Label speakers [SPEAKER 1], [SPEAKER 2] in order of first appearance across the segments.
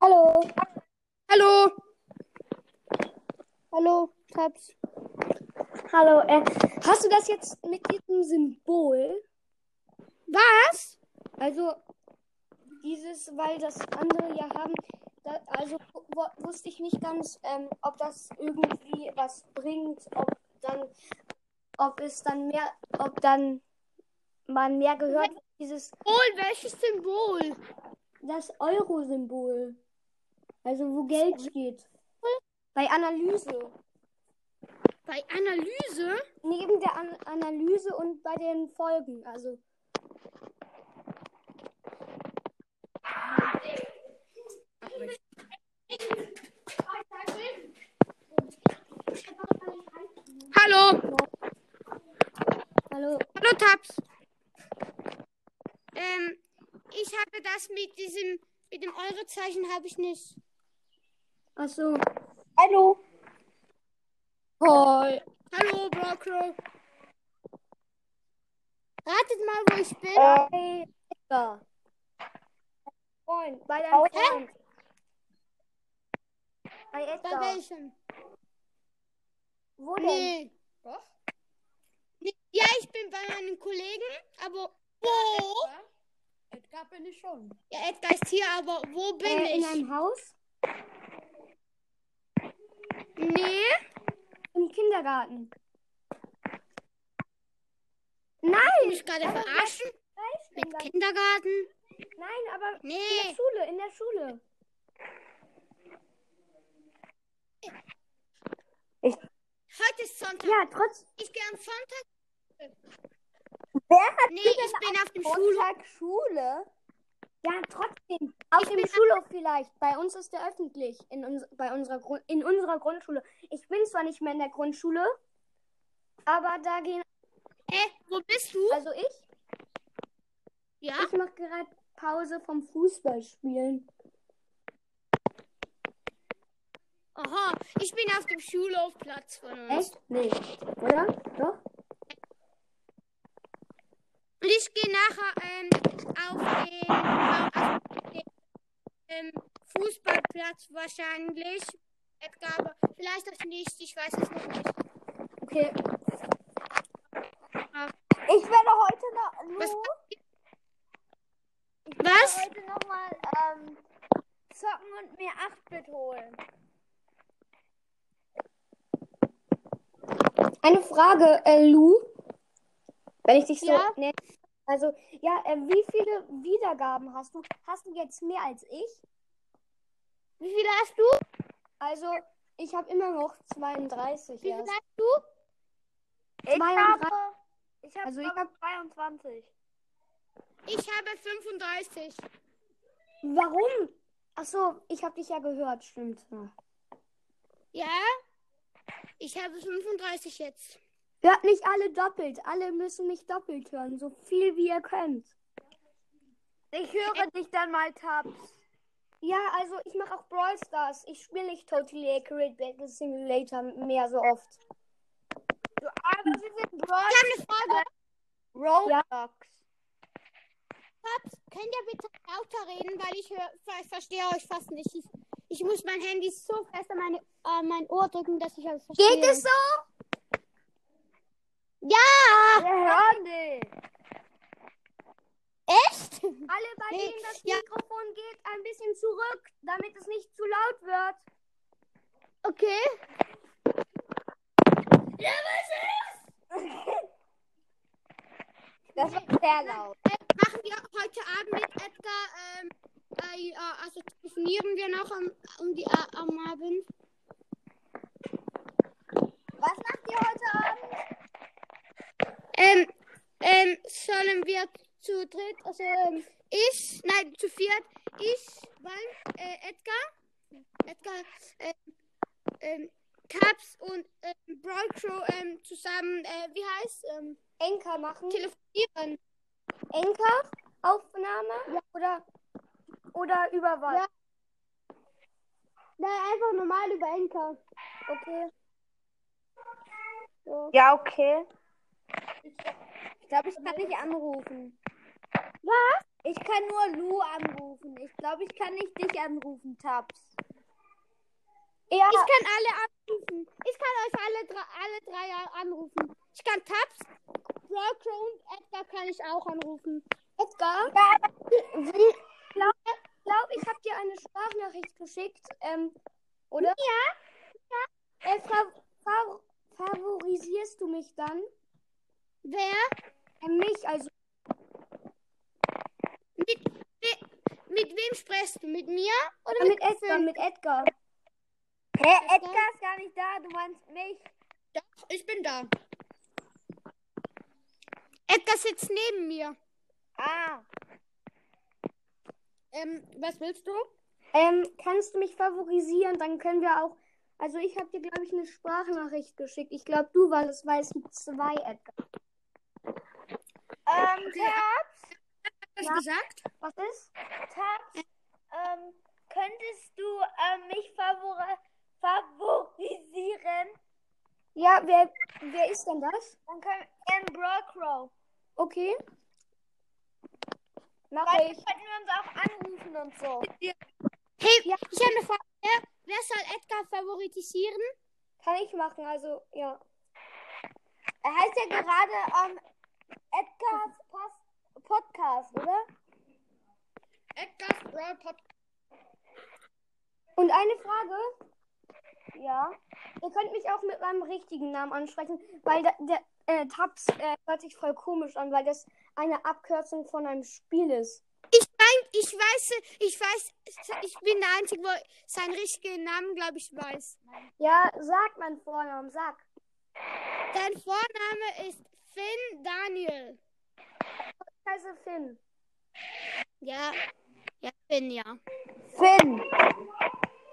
[SPEAKER 1] Hallo.
[SPEAKER 2] Hallo.
[SPEAKER 1] Hallo, Tabs.
[SPEAKER 2] Hallo. Äh, hast du das jetzt mit diesem Symbol?
[SPEAKER 1] Was?
[SPEAKER 2] Also dieses, weil das andere ja haben. Da, also wo, wusste ich nicht ganz, ähm, ob das irgendwie was bringt, ob dann, ob es dann mehr, ob dann man mehr gehört dieses
[SPEAKER 1] Symbol, welches Symbol?
[SPEAKER 2] das Euro-Symbol. Also wo Geld steht. Bei Analyse.
[SPEAKER 1] Bei Analyse?
[SPEAKER 2] Neben der An Analyse und bei den Folgen. Also
[SPEAKER 1] Hallo.
[SPEAKER 2] Hallo.
[SPEAKER 1] Hallo, Tabs. Ähm, ich habe das mit diesem, mit dem Eurozeichen habe ich nicht.
[SPEAKER 2] Ach so.
[SPEAKER 1] Hallo.
[SPEAKER 2] Hoi.
[SPEAKER 1] Hallo, Brocro. Ratet mal, wo ich bin.
[SPEAKER 2] Bei Edgar. Freund. Bei deinem Freund. Bei
[SPEAKER 1] Bei
[SPEAKER 2] Edgar.
[SPEAKER 1] welchem?
[SPEAKER 2] Wo denn?
[SPEAKER 1] Nee. Nee, Ja, ich bin bei meinen Kollegen, aber wo?
[SPEAKER 3] Edgar bin ich schon.
[SPEAKER 1] Ja, Edgar ist hier, aber wo bin
[SPEAKER 2] Äh, in
[SPEAKER 1] ich?
[SPEAKER 2] einem Haus?
[SPEAKER 1] Nee.
[SPEAKER 2] Im Kindergarten.
[SPEAKER 1] Du mich gerade verarschen? Mit Kindergarten?
[SPEAKER 2] Nein, aber in der
[SPEAKER 1] Nee.
[SPEAKER 2] Schule, in der Schule.
[SPEAKER 1] Heute ist Sonntag.
[SPEAKER 2] Ja, trotz
[SPEAKER 1] Ich gehe am Sonntag.
[SPEAKER 3] Wer hat
[SPEAKER 1] Nee, ich bin auf dem Schulhof.
[SPEAKER 3] Montag Schule?
[SPEAKER 2] ja, trotzdem. Auf dem Schulhof vielleicht. Bei uns ist der öffentlich. In, uns, bei unserer, Grund- in unserer Grundschule. Ich bin zwar nicht mehr in der Grundschule, aber da gehen.
[SPEAKER 1] Hä? Wo bist du?
[SPEAKER 2] Also ich,
[SPEAKER 1] Ja.
[SPEAKER 2] ich mache gerade Pause vom Fußballspielen.
[SPEAKER 1] Aha. Ich bin auf dem Schulhofplatz von uns.
[SPEAKER 2] Echt? Nee. Oder? Doch?
[SPEAKER 1] Und ich gehe nachher ähm, auf den, auf den ähm, Fußballplatz wahrscheinlich. Edgar, aber vielleicht auch nicht. Ich weiß es noch nicht.
[SPEAKER 2] Okay.
[SPEAKER 3] Ich werde heute noch,
[SPEAKER 1] Was?
[SPEAKER 3] Lu, ich
[SPEAKER 1] Was?
[SPEAKER 3] werde heute noch mal ähm, zocken und mir 8-Bit holen.
[SPEAKER 2] Eine Frage, äh, Lou. Wenn ich dich so.
[SPEAKER 1] Ja?
[SPEAKER 2] Nee. Also, ja, äh, wie viele Wiedergaben hast du? Hast du jetzt mehr als ich?
[SPEAKER 1] Wie viele hast du?
[SPEAKER 2] Also, ich habe immer noch 32.
[SPEAKER 1] Wie
[SPEAKER 2] erst.
[SPEAKER 1] viele hast du?
[SPEAKER 3] Ich
[SPEAKER 2] 32.
[SPEAKER 3] habe, ich habe
[SPEAKER 2] Also ich
[SPEAKER 3] glaube ich 22.
[SPEAKER 1] Ich habe 35.
[SPEAKER 2] Warum? Ach so, ich habe dich ja gehört, stimmt.
[SPEAKER 1] Ja? Ich habe 35 jetzt.
[SPEAKER 2] Hört mich alle doppelt. Alle müssen mich doppelt hören, so viel wie ihr könnt.
[SPEAKER 3] Ich höre dich dann mal, Tabs.
[SPEAKER 2] Ja, also ich mache auch Brawl Stars. Ich spiele nicht Totally Accurate Battle Simulator mehr so oft.
[SPEAKER 3] Du, aber wir sind
[SPEAKER 1] Ich
[SPEAKER 3] Brawl
[SPEAKER 1] habe eine Frage.
[SPEAKER 3] Roblox.
[SPEAKER 1] Paps, könnt ihr bitte lauter reden, weil ich, hör, ich verstehe euch fast nicht. Ich, ich muss mein Handy so fest an meine, an mein Ohr drücken, dass ich euch verstehe.
[SPEAKER 2] Geht es so?
[SPEAKER 1] Ja!
[SPEAKER 3] Wir hören dich.
[SPEAKER 1] Echt?
[SPEAKER 2] Alle, bei
[SPEAKER 1] Nee,
[SPEAKER 2] denen das
[SPEAKER 1] ja.
[SPEAKER 2] Mikrofon geht, ein bisschen zurück, damit es nicht zu laut wird.
[SPEAKER 1] Okay.
[SPEAKER 3] Das war sehr laut.
[SPEAKER 1] Äh, machen wir heute Abend mit Edgar, ähm, äh, ja, also telefonieren wir noch am, um die, äh, am Abend.
[SPEAKER 3] Was macht ihr heute Abend?
[SPEAKER 1] Ähm, ähm, sollen wir zu dritt, also ähm, ich, nein, zu viert, ich, weil, äh, Edgar, Edgar, ähm, ähm, Tabs und ähm, Brawl Crow ähm, zusammen, äh, wie heißt, ähm,
[SPEAKER 2] Enker machen.
[SPEAKER 1] telefonieren.
[SPEAKER 2] Enker Aufnahme oder oder über was?
[SPEAKER 1] Ja. Nein, einfach normal über Enker.
[SPEAKER 2] Okay.
[SPEAKER 3] Ja, okay.
[SPEAKER 2] Ich glaube, ich kann nicht anrufen.
[SPEAKER 3] Ich kann nur Lu anrufen. Ich glaube, ich kann nicht dich anrufen, Tabs.
[SPEAKER 2] Ja,
[SPEAKER 1] Ich kann alle anrufen. Ich kann euch alle, drei- alle drei anrufen. Ich kann Tabs, Broker und Edgar kann ich auch anrufen.
[SPEAKER 2] Edgar,
[SPEAKER 3] Ja,
[SPEAKER 2] ich glaube, glaub, ich habe dir eine Sprachnachricht geschickt, ähm, oder? Ja. Äh, fa fa favorisierst du mich dann?
[SPEAKER 1] Wer?
[SPEAKER 2] Äh, mich, also
[SPEAKER 1] Mit wem sprichst du? Mit mir?
[SPEAKER 2] oder mit Edgar, mit Edgar.
[SPEAKER 3] Hä, Edgar ist gar nicht da. Du meinst mich.
[SPEAKER 1] Doch, ich bin da. Edgar sitzt neben mir.
[SPEAKER 3] Ah.
[SPEAKER 1] Ähm, was willst du?
[SPEAKER 2] Ähm, kannst du mich favorisieren? Dann können wir auch. Also ich habe dir, glaube ich, eine Sprachnachricht geschickt. Ich glaube, du warst, weil es gibt zwei Edgar.
[SPEAKER 3] Ähm, Tabs,
[SPEAKER 1] Was
[SPEAKER 2] Ja.
[SPEAKER 1] gesagt?
[SPEAKER 2] Was ist?
[SPEAKER 3] Tabs, ähm, könntest du ähm, mich favori favorisieren?
[SPEAKER 2] Ja, wer, wer ist denn das?
[SPEAKER 3] Dann können wir Brockrow.
[SPEAKER 2] Okay. Mach
[SPEAKER 3] Weil
[SPEAKER 2] ich.
[SPEAKER 3] könnten wir uns auch anrufen und so.
[SPEAKER 1] Hey,
[SPEAKER 2] Ja.
[SPEAKER 1] ich habe eine Frage. Wer, wer soll Edgar favoritisieren?
[SPEAKER 2] Kann ich machen, also ja.
[SPEAKER 3] Er heißt ja gerade ähm, Edgars Pas- Podcast, oder?
[SPEAKER 1] Edgar Brawl Podcast.
[SPEAKER 2] Und eine Frage.
[SPEAKER 3] Ja.
[SPEAKER 2] Ihr könnt mich auch mit meinem richtigen Namen ansprechen, weil da, der äh, Tabs äh, hört sich voll komisch an, weil das eine Abkürzung von einem Spiel ist.
[SPEAKER 1] Ich weiß, ich weiß, ich bin der Einzige, wo seinen richtigen Namen, glaube ich, weiß.
[SPEAKER 2] Ja, sag meinen Vornamen, sag.
[SPEAKER 1] Dein Vorname ist Finn Daniel.
[SPEAKER 2] Ich heiße Finn.
[SPEAKER 1] Ja, ja, Finn, ja.
[SPEAKER 3] Finn.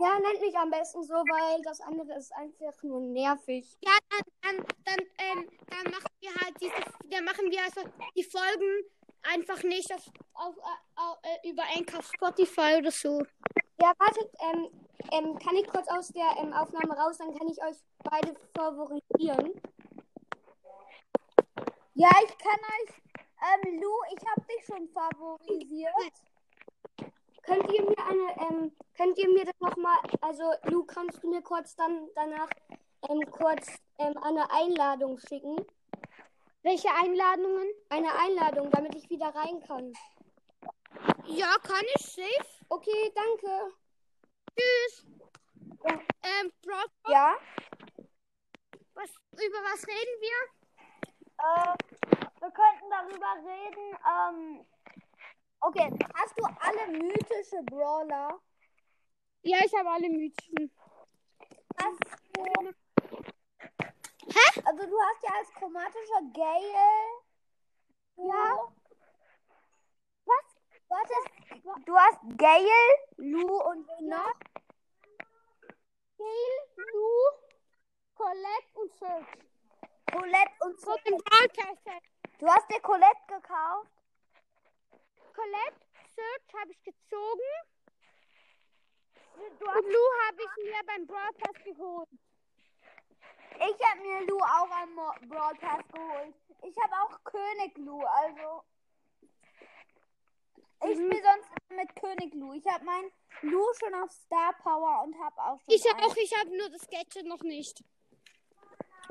[SPEAKER 2] Ja, nennt mich am besten so, weil das andere ist einfach nur nervig.
[SPEAKER 1] Ja, dann, dann, dann, ähm, dann machen wir halt diese, dann machen wir also die Folgen einfach nicht auf, auf, auf, äh, über Anchor Spotify oder so.
[SPEAKER 2] Ja, wartet, ähm, ähm, kann ich kurz aus der ähm, Aufnahme raus, dann kann ich euch beide favorisieren.
[SPEAKER 3] Ja, ich kann euch, ähm, Lou, ich hab dich schon favorisiert.
[SPEAKER 2] Könnt ihr mir eine, ähm, könnt ihr mir das nochmal, also Lu, kannst du mir kurz dann danach ähm, kurz ähm, eine Einladung schicken?
[SPEAKER 1] Welche Einladungen?
[SPEAKER 2] Eine Einladung, damit ich wieder rein kann.
[SPEAKER 1] Ja, kann ich safe.
[SPEAKER 2] Okay, danke.
[SPEAKER 1] Ähm, Bro,
[SPEAKER 3] Ja.
[SPEAKER 1] was, über was reden wir?
[SPEAKER 3] Ähm, wir könnten darüber reden. Ähm, okay, hast du alle mythische Brawler?
[SPEAKER 1] Ja, ich habe alle mythischen.
[SPEAKER 3] Hast du. Hä? Also, du hast ja als chromatischer Gale. Ja. Was? Warte. Du hast Gale, Lou und wen noch?
[SPEAKER 1] Gail, Lou, Colette und Serge.
[SPEAKER 3] Colette und so.
[SPEAKER 1] Von dem Broadcaster.
[SPEAKER 3] Du hast dir Colette gekauft.
[SPEAKER 1] Colette, Serge habe ich gezogen
[SPEAKER 3] Du
[SPEAKER 1] und
[SPEAKER 3] hast,
[SPEAKER 1] Lou habe ich mir beim Broadcast geholt.
[SPEAKER 3] ich habe mir Lou auch am Mo- Broadcast geholt. Ich habe auch König Lou, also. Ich spiele sonst immer mit König Lou. Ich habe mein Lou schon auf Star Power und habe auch schon.
[SPEAKER 1] Ich
[SPEAKER 3] ein-
[SPEAKER 1] auch, ich habe nur das Gadget noch nicht.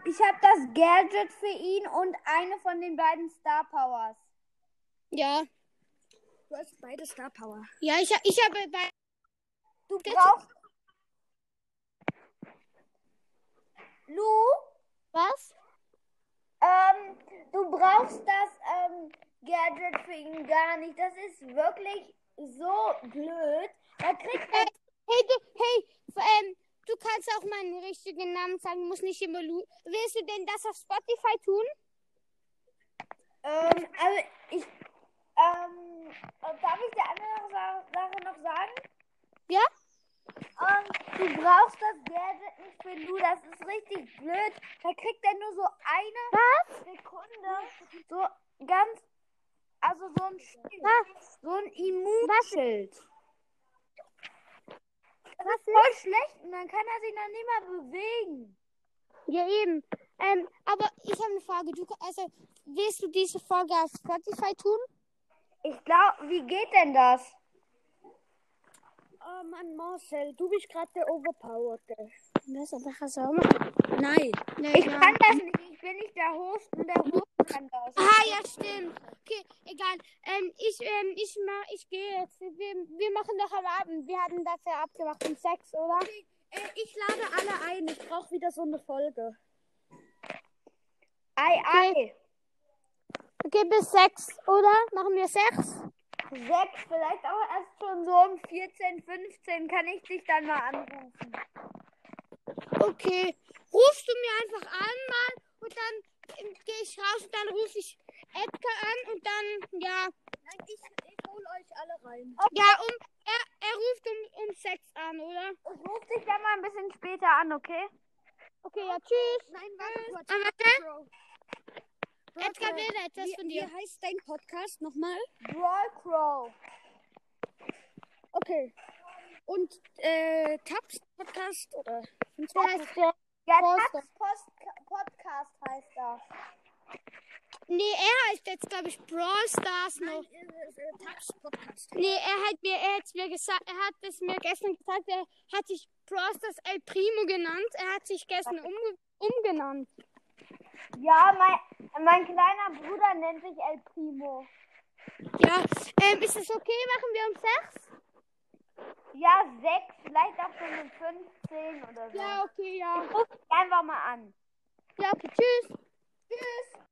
[SPEAKER 3] Ich habe das Gadget für ihn und eine von den beiden Star Powers.
[SPEAKER 1] Ja,
[SPEAKER 3] Du hast beide Star Power.
[SPEAKER 1] ja, ich, ha- ich habe bei.
[SPEAKER 3] Du
[SPEAKER 1] Gadget-
[SPEAKER 3] brauchst. Lou,
[SPEAKER 1] Was?
[SPEAKER 3] ähm, du brauchst das ähm, Gadget für ihn gar nicht. Das ist wirklich so blöd. Da kriegt er.
[SPEAKER 1] Hey, du, hey, ähm, du kannst auch meinen richtigen Namen sagen, muss nicht immer Lou. Willst du denn das auf Spotify tun?
[SPEAKER 3] Ähm, also ich. Ähm, äh, darf ich der anderen Sa- Sache noch sagen?
[SPEAKER 1] Ja?
[SPEAKER 3] Ähm, du brauchst das Gadget nicht für Lou, das ist richtig blöd. Da kriegt er nur so eine Sekunde so ganz. Also so ein Schild. So ein Immunschild. Das ist voll schlecht und dann kann er sich dann nicht mehr bewegen.
[SPEAKER 1] Ja, eben. Ähm, aber ich habe eine Frage. Du, also, willst du diese Folge auf Spotify tun?
[SPEAKER 3] Ich glaube, wie geht denn das?
[SPEAKER 4] Oh Mann, Marcel, du bist gerade der Overpowerte.
[SPEAKER 1] Das ist einfach so. Nein.
[SPEAKER 3] Ich kann das nicht. Ich bin nicht der Host und der Host kann das.
[SPEAKER 1] Ah, ja, stimmt. Okay, egal. Ähm, ich, ähm, ich mach, ich gehe jetzt. Wir, wir machen doch am Abend. Wir hatten das ja abgemacht um sechs, oder?
[SPEAKER 4] Äh, ich lade alle ein. Ich brauche wieder so eine Folge.
[SPEAKER 3] Ei, ei.
[SPEAKER 1] Okay, bis sechs, oder? Machen wir sechs?
[SPEAKER 3] Sechs, vielleicht auch erst schon so um 14, 15 kann ich dich dann mal anrufen.
[SPEAKER 1] Okay. Rufst du mir einfach an, Mann, und dann ähm, gehe ich raus und dann rufe ich Edgar an und dann, ja.
[SPEAKER 4] Nein, ich, ich hol euch alle rein.
[SPEAKER 1] Ja, um, er, er ruft um, um sechs an, oder?
[SPEAKER 3] Oh, Ich rufe dich dann mal ein bisschen später an, okay?
[SPEAKER 1] Okay, ja, tschüss.
[SPEAKER 4] Nein, warte kurz.
[SPEAKER 1] Ah, warte.
[SPEAKER 4] Bro.
[SPEAKER 1] Edgar will da etwas
[SPEAKER 4] wie,
[SPEAKER 1] von dir.
[SPEAKER 4] Wie heißt dein Podcast nochmal?
[SPEAKER 3] Brawl Crow.
[SPEAKER 4] Okay. Und äh, Tabs Podcast oder?
[SPEAKER 3] Ja,
[SPEAKER 1] Post-
[SPEAKER 3] Tax Post Podcast heißt er.
[SPEAKER 1] Nee, er heißt jetzt, glaube ich, Brawl Stars noch.
[SPEAKER 4] Nein, äh, äh, Tabs Podcast.
[SPEAKER 1] Nee, er hat mir, er hat's mir gesagt, er hat es mir gestern gesagt, er hat sich Prostas El Primo genannt, er hat sich gestern umge umgenannt.
[SPEAKER 3] Ja, mein, mein kleiner Bruder nennt sich El Primo.
[SPEAKER 1] Ja, ähm, ist es okay, machen wir um sechs?
[SPEAKER 3] Ja, sechs, vielleicht auch schon um 15 oder so.
[SPEAKER 1] Ja, okay, ja.
[SPEAKER 3] Ruf dich einfach mal an.
[SPEAKER 1] Ja, okay, tschüss.
[SPEAKER 3] Tschüss.